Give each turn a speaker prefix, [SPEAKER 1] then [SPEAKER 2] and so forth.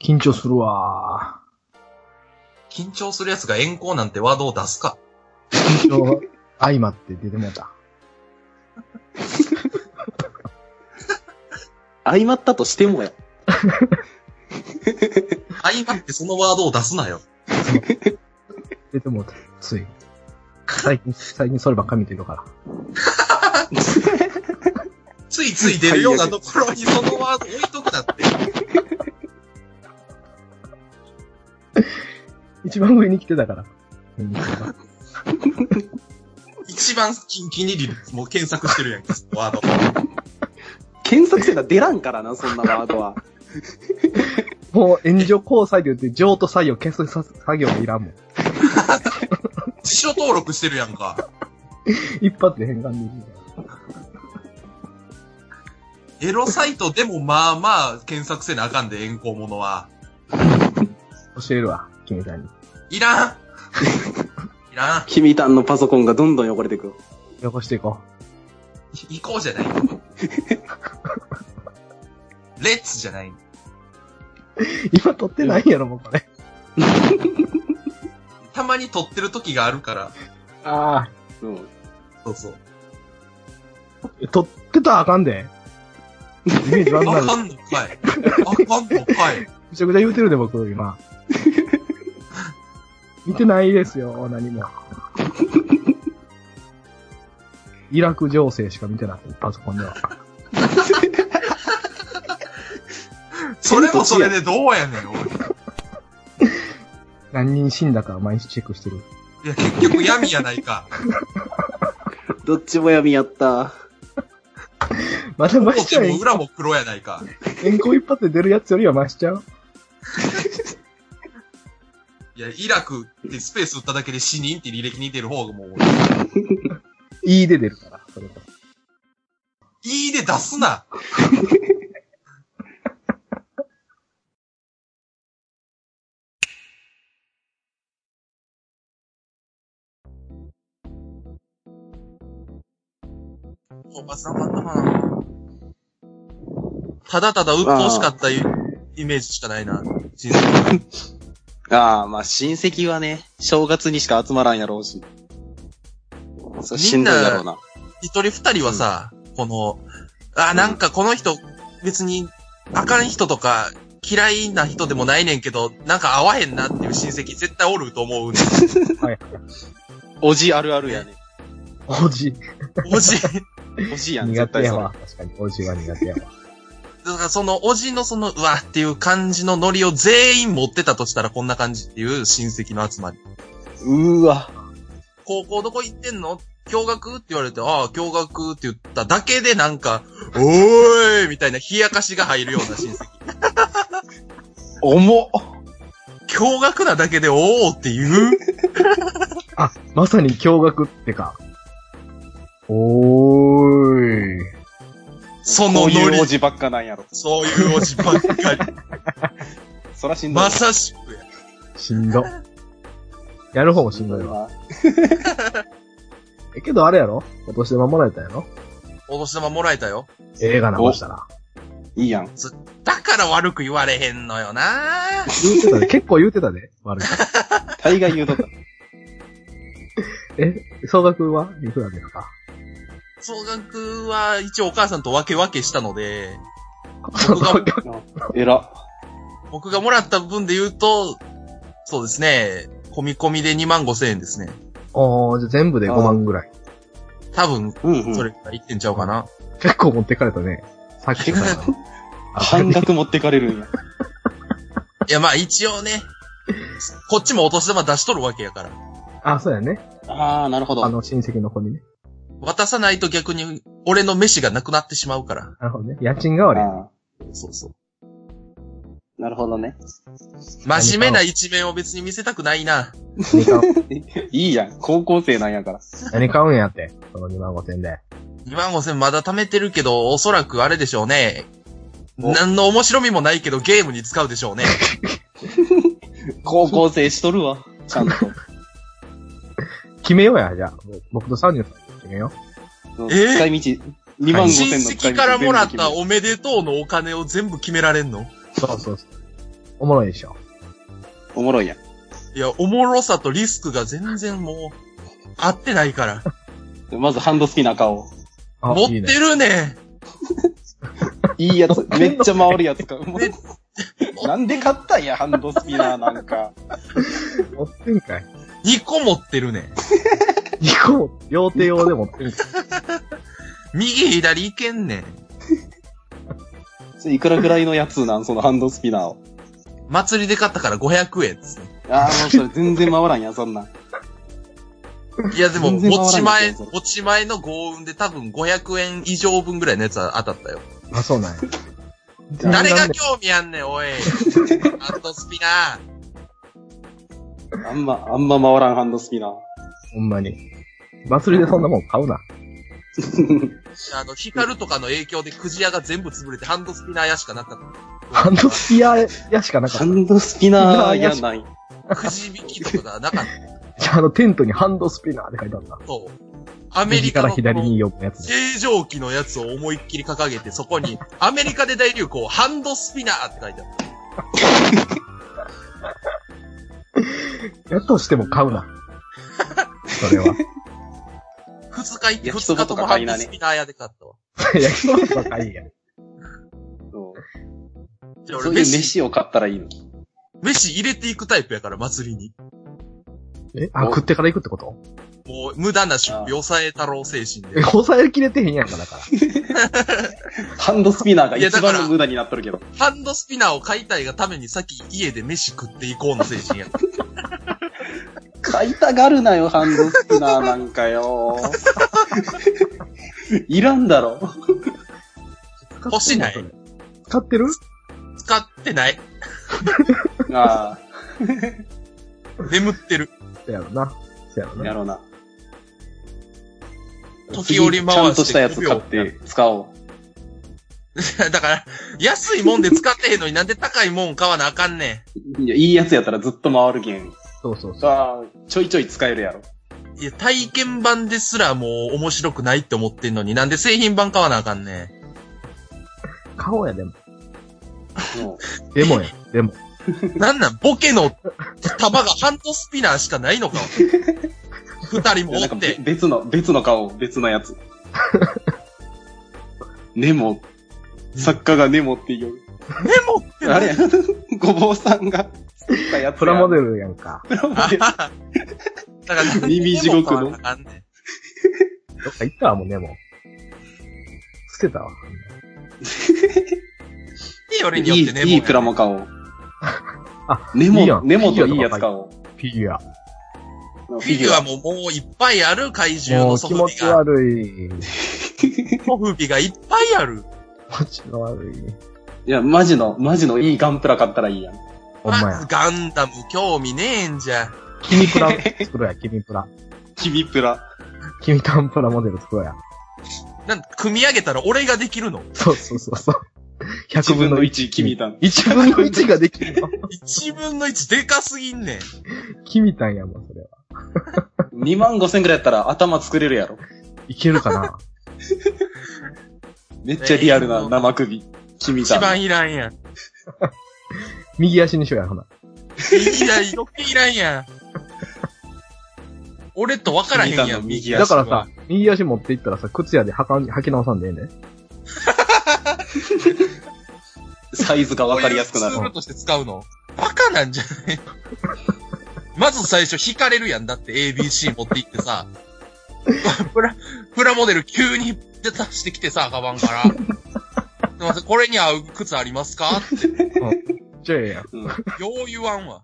[SPEAKER 1] 緊張するわ。
[SPEAKER 2] 緊張する奴が遠行なんてワードを出すか。
[SPEAKER 1] 緊張が相まって出てもうた。
[SPEAKER 3] 相まったとしてもや。
[SPEAKER 2] 相まってそのワードを出すなよ。
[SPEAKER 1] 出てもうた。つい。最近、最近そればっか見てるから。
[SPEAKER 2] ついつい出るようなところにそのワード置いとくなって。
[SPEAKER 1] 一番上に来てたから。うん
[SPEAKER 2] 一番近畿にリもう検索してるやんけ、そのワード。
[SPEAKER 3] 検索せたら出らんから な、そんなワードは。
[SPEAKER 1] もう援助交際で言って、譲渡採用消す作業はいらんもん。
[SPEAKER 2] 辞書登録してるやんか。
[SPEAKER 1] 一発で変換できるから。
[SPEAKER 2] エロサイトでもまあまあ検索せなあかんで、遠行ものは。
[SPEAKER 1] 教えるわ、君さんに。
[SPEAKER 2] いらんいらん
[SPEAKER 3] 君たんのパソコンがどんどん汚れてくる。
[SPEAKER 1] 残していこ
[SPEAKER 2] 行こうじゃない。レッツじゃない。
[SPEAKER 1] う。今撮ってないんやろ、もうこれ。
[SPEAKER 2] たまに撮ってる時があるから。
[SPEAKER 1] あ
[SPEAKER 3] うん。
[SPEAKER 2] そうそう。
[SPEAKER 1] あ。撮ってたらあかんで。イメージ
[SPEAKER 2] あ
[SPEAKER 1] 悪なる。
[SPEAKER 2] かんのかい。あかんのかい。
[SPEAKER 1] めちゃくちゃ言うてるで、僕、 今。見てないですよ、何も。イラク情勢しか見てない、パソコンでは。
[SPEAKER 2] それもそれでどうやねん、俺。
[SPEAKER 1] 何人死んだか毎日チェックしてる。
[SPEAKER 2] いや、結局闇やないか。
[SPEAKER 3] どっちも闇やった。
[SPEAKER 1] まだマシちゃ
[SPEAKER 2] 表
[SPEAKER 1] う
[SPEAKER 2] も裏も黒やないか。
[SPEAKER 1] 遠行一発で出るやつよりはマシちゃう
[SPEAKER 2] いや、イラクってスペース打っただけで死人って履歴に出る方がもう、
[SPEAKER 1] いいで出るから、それと。
[SPEAKER 2] いいで出すな。おばさんはなただただ鬱陶しかったイイメージしかないな。人生
[SPEAKER 3] ああ、まあ親戚はね、正月にしか集まらんやろうし。そう、しんどいやろうな。
[SPEAKER 2] 一人二人はさ、この、あ、なんかこの人、別に、あかん人とか、嫌いな人でもないねんけど、なんか合わへんなっていう親戚絶対おると思うねん。
[SPEAKER 1] はい。
[SPEAKER 3] おじあるあるやね。
[SPEAKER 1] おじ。
[SPEAKER 2] おじ、
[SPEAKER 3] おじやん、
[SPEAKER 1] 苦
[SPEAKER 3] 絶
[SPEAKER 1] 手
[SPEAKER 3] 対
[SPEAKER 1] や
[SPEAKER 3] それ
[SPEAKER 1] わ。確かに、おじは苦手やわ。
[SPEAKER 2] だからそのおじのその、うわっていう感じのノリを全員持ってたとしたらこんな感じっていう親戚の集まり。
[SPEAKER 3] うーわ。
[SPEAKER 2] 高校どこ行ってんの驚学って言われて、ああ、驚学って言っただけでなんか、おーいみたいな冷やかしが入るような親戚。
[SPEAKER 3] 重っ。
[SPEAKER 2] 驚学なだけで、おーって言う
[SPEAKER 1] あ、まさに驚愕ってか。おーい。
[SPEAKER 2] そ
[SPEAKER 3] こ
[SPEAKER 2] の
[SPEAKER 3] う
[SPEAKER 2] ノリ。
[SPEAKER 3] いうおじばっかなんやろ。
[SPEAKER 2] そういうおじばっかり。
[SPEAKER 3] そらしんどい。
[SPEAKER 2] まさしくや。
[SPEAKER 1] しんど。やる方もしんどいわ。
[SPEAKER 3] わ。
[SPEAKER 1] え、けどあれやろお年玉もらえたやろ
[SPEAKER 2] お年玉もらえたよ。
[SPEAKER 1] 映画流したら。
[SPEAKER 3] いいやん。
[SPEAKER 2] だから悪く言われへんのよな
[SPEAKER 1] 言うてた で、結構言うてたで、悪い。
[SPEAKER 3] 大概言うとった。
[SPEAKER 1] え、総額はいくらです か
[SPEAKER 2] 総額は一応お母さんと分け分けしたので、
[SPEAKER 1] そう
[SPEAKER 2] 僕
[SPEAKER 1] そう
[SPEAKER 3] えら。
[SPEAKER 2] 僕がもらった分で言うと、そうですね、込み込みで2万5千円ですね。
[SPEAKER 1] おー、じゃあ全部で5万ぐらい。
[SPEAKER 2] 多分、
[SPEAKER 3] うんう
[SPEAKER 2] そ
[SPEAKER 3] ん。
[SPEAKER 2] れからいってんちゃうかな。
[SPEAKER 1] 結構持ってかれたね。さっきから あ
[SPEAKER 3] 半額持ってかれるんや。
[SPEAKER 2] いや、まあ一応ね、こっちもお年玉出しとるわけやから。
[SPEAKER 1] あ、そうやね。
[SPEAKER 3] ああ、なるほど。
[SPEAKER 1] あの、親戚の子にね。
[SPEAKER 2] 渡さないと逆に、俺の飯がなくなってしまうから。
[SPEAKER 1] なるほどね。家賃代わりや。
[SPEAKER 3] あ
[SPEAKER 2] そうそう。
[SPEAKER 3] ーなるほどね。
[SPEAKER 2] 真面目な一面を別に見せたくないな。
[SPEAKER 1] 何買う
[SPEAKER 3] いいやん。高校生なんやから。
[SPEAKER 1] 何買うんやって。その2万5千で。
[SPEAKER 2] 2万5千まだ貯めてるけど、おそらくあれでしょうね。
[SPEAKER 3] お
[SPEAKER 2] 何の面白みもないけどゲームに使うでしょうね。
[SPEAKER 3] 高校生しとるわ。ちゃ んと。
[SPEAKER 1] 決めようや、じゃあ。僕とサウニーさんで決めよ
[SPEAKER 3] うん
[SPEAKER 2] えー
[SPEAKER 3] 使い道、2万5千
[SPEAKER 2] 親
[SPEAKER 3] の使い道。
[SPEAKER 2] 戚からもらった
[SPEAKER 3] 全部決める
[SPEAKER 2] おめでとうのお金を全部決められんの
[SPEAKER 1] う。そうそうそう。おもろいでしょ。
[SPEAKER 3] おもろいやん。
[SPEAKER 2] いや、おもろさとリスクが全然もう、合ってないから。
[SPEAKER 3] まずハンドスピナー買おう。
[SPEAKER 1] あ
[SPEAKER 2] 持っ
[SPEAKER 1] い
[SPEAKER 2] て
[SPEAKER 1] いね
[SPEAKER 2] るね。
[SPEAKER 3] いいや つ。めっちゃ回るやつ 買う。 なんで買ったんや、ハンドスピナーなん か。
[SPEAKER 1] 持ってんかい。
[SPEAKER 2] 2個持ってるね。
[SPEAKER 1] 2個、両手用で持ってんかい。
[SPEAKER 2] 右左いけんねん。
[SPEAKER 3] それいくらぐらいのやつなん、そのハンドスピナーを。
[SPEAKER 2] 祭りで買ったから500円っつって
[SPEAKER 3] ああ、もうそれ全然回らんや、そんなん。
[SPEAKER 2] いやでも、
[SPEAKER 3] 全然回らん
[SPEAKER 2] 持ち前、
[SPEAKER 3] それ
[SPEAKER 2] 持ち前の豪運で多分500円以上分ぐらいのやつは当たったよ。
[SPEAKER 1] あ、そうなんや。
[SPEAKER 2] 誰
[SPEAKER 1] な
[SPEAKER 2] が
[SPEAKER 1] んで
[SPEAKER 2] 興味あんねん、 おい。ハンドスピナー。
[SPEAKER 3] あんま、あんま回らんハンドスピナ
[SPEAKER 1] ほんまに。祭りでそんなもん買うな。
[SPEAKER 3] ー。
[SPEAKER 2] あの、ヒカルとかの影響でクジラが全部潰れてハンドスピナー屋しかなかった。
[SPEAKER 1] ハンドスピアやしかなかっ
[SPEAKER 3] ハ
[SPEAKER 1] た。
[SPEAKER 3] ンドスピナーやない。
[SPEAKER 2] くじ引きとかがなかっ
[SPEAKER 1] じゃあ、あの、テントにハンドスピナーって書いてあった。
[SPEAKER 2] たと、アメ
[SPEAKER 1] 右
[SPEAKER 2] リ
[SPEAKER 1] か
[SPEAKER 2] カ
[SPEAKER 1] ら
[SPEAKER 2] のこの
[SPEAKER 1] 左に呼ぶや つ。
[SPEAKER 2] 正常期のやつを思いっきり掲げて、そこに、アメリカで大流行、ハンドスピナーって書いてある。
[SPEAKER 1] やっとしても買うな。それは。
[SPEAKER 2] 二日行って、
[SPEAKER 3] 焼き
[SPEAKER 2] 二
[SPEAKER 3] そ
[SPEAKER 2] 日
[SPEAKER 3] ば
[SPEAKER 2] と
[SPEAKER 3] と
[SPEAKER 2] もハ
[SPEAKER 3] か買
[SPEAKER 2] ン
[SPEAKER 3] い
[SPEAKER 2] ド
[SPEAKER 3] なね
[SPEAKER 2] スピナー屋で買ったわ。
[SPEAKER 1] 焼きそばとか買いや。
[SPEAKER 3] そう
[SPEAKER 2] じゃあ
[SPEAKER 3] そ
[SPEAKER 2] 俺、
[SPEAKER 3] ういう
[SPEAKER 2] 飯、
[SPEAKER 3] 飯を買ったらいいの。
[SPEAKER 2] 飯入れていくタイプやから、祭りに。
[SPEAKER 1] えあ、
[SPEAKER 3] お
[SPEAKER 1] 食ってから行くってこと
[SPEAKER 2] もう、無駄な出費抑え太郎精神
[SPEAKER 1] え、
[SPEAKER 2] で。
[SPEAKER 1] 抑えきれてへんやんか、だから。
[SPEAKER 3] ハンドスピナーが
[SPEAKER 2] いやだ
[SPEAKER 3] 一
[SPEAKER 2] か
[SPEAKER 3] 番
[SPEAKER 2] ら
[SPEAKER 3] の無駄になっとるけど。
[SPEAKER 2] ハンドスピナーを買いたいがために、さっき家で飯食っていこうの精神や。
[SPEAKER 3] 買いたがるなよ、ハンドスピナーなんかよ。いらんだろ。
[SPEAKER 2] 欲しない
[SPEAKER 1] 使ってる
[SPEAKER 2] 使ってない。
[SPEAKER 3] あ
[SPEAKER 2] 眠ってる。
[SPEAKER 1] そやろな。そやろ
[SPEAKER 3] あ、や
[SPEAKER 1] な。
[SPEAKER 3] ろうな。
[SPEAKER 2] 時折回して
[SPEAKER 3] 次ちゃんとしたやつ買って使おう。
[SPEAKER 2] だから、安いもんで使ってへんのになんで高いもん買わなあかんね
[SPEAKER 3] いや、いいやつやったらずっと回るゲーム。
[SPEAKER 1] そうそうそう。
[SPEAKER 3] さあ、ちょいちょい使えるやろ。
[SPEAKER 2] ん。いや、体験版ですらもう面白くないって思ってんのになんで製品版買わなあかんねん。
[SPEAKER 1] 買おうや、でも。
[SPEAKER 3] も
[SPEAKER 1] でもや、でも。
[SPEAKER 2] なんなん、ボケの玉がハンドスピナーしかないのか二人
[SPEAKER 3] う
[SPEAKER 2] も
[SPEAKER 3] いや、
[SPEAKER 2] お
[SPEAKER 3] なんか
[SPEAKER 2] っ
[SPEAKER 3] べ
[SPEAKER 2] て、
[SPEAKER 3] 別の、別の顔、別のやつ。ネモ。作家がネモって言う。
[SPEAKER 2] メモって
[SPEAKER 3] あ
[SPEAKER 2] な
[SPEAKER 3] れや ごぼうさんが作ったやつや。
[SPEAKER 1] プラモデルやんか。
[SPEAKER 3] プラモ
[SPEAKER 2] あ
[SPEAKER 3] デル。
[SPEAKER 2] ははだからなんで
[SPEAKER 3] 耳地獄の
[SPEAKER 2] メモ買わなあかんねん
[SPEAKER 1] どっか行ったわ、もうね、もう。捨てたわ。
[SPEAKER 2] いいよ俺によ
[SPEAKER 3] い
[SPEAKER 2] ってネモ
[SPEAKER 3] い、いいプラモ買おう。
[SPEAKER 1] あ
[SPEAKER 3] ネ
[SPEAKER 1] いいや
[SPEAKER 3] モ、
[SPEAKER 1] ん
[SPEAKER 3] ネモといいやつ買おう。
[SPEAKER 1] フィギュア。
[SPEAKER 2] フ
[SPEAKER 3] フ
[SPEAKER 2] ィギュア。ももういっぱいある怪獣
[SPEAKER 1] も
[SPEAKER 2] の
[SPEAKER 1] う
[SPEAKER 2] ソ
[SPEAKER 1] 気
[SPEAKER 2] フ
[SPEAKER 1] 持
[SPEAKER 2] ビ
[SPEAKER 1] ち
[SPEAKER 2] が。
[SPEAKER 1] 悪い。
[SPEAKER 2] ソフビがいっぱいある。
[SPEAKER 1] 気持ちが悪い。
[SPEAKER 3] いや、マジの、マジのいいガンプラ買ったらいいやん。
[SPEAKER 1] ほんま
[SPEAKER 2] まず
[SPEAKER 1] や。
[SPEAKER 2] ガンダム興味ねえんじゃ。
[SPEAKER 1] 君プラ作ろうや、君プラ。
[SPEAKER 3] 君プラ。
[SPEAKER 1] 君タンプラモデル作ろうや。
[SPEAKER 2] なんか組み上げたら俺ができるの
[SPEAKER 1] そうそうそうそう。
[SPEAKER 3] 自分の
[SPEAKER 1] 100
[SPEAKER 3] 1、君たん。
[SPEAKER 1] 1分の1ができるの。
[SPEAKER 2] 一分の一でかすぎんねん。
[SPEAKER 1] 君たんやもん、それは。
[SPEAKER 3] 2万5千ぐらいやったら頭作れるやろ。
[SPEAKER 1] いけるかな
[SPEAKER 3] めっちゃリアルな生首。君
[SPEAKER 2] 一
[SPEAKER 3] たん。
[SPEAKER 2] 番いらんやん。
[SPEAKER 1] 右足にしようや、ほな。
[SPEAKER 2] 右左余計いらんやん。俺と分からへん
[SPEAKER 3] 君
[SPEAKER 2] や
[SPEAKER 3] たん
[SPEAKER 2] ん、
[SPEAKER 3] の
[SPEAKER 2] 右
[SPEAKER 3] 右
[SPEAKER 2] 足
[SPEAKER 3] 足
[SPEAKER 2] は
[SPEAKER 1] だからさ、右足持っていったらさ、靴屋で履かん履き直さんでええね。
[SPEAKER 3] サイズがわかりやすくなる
[SPEAKER 2] こういうツー。ルとして使うの。バカなんじゃない まず最初引かれるやん。だって ABC 持って行ってさ。 プラ、プラモデル急に出してきてさ、カバンから。すいません、これに合う靴ありますかって
[SPEAKER 1] じゃあええやん。
[SPEAKER 3] うん
[SPEAKER 2] よう言わんわ。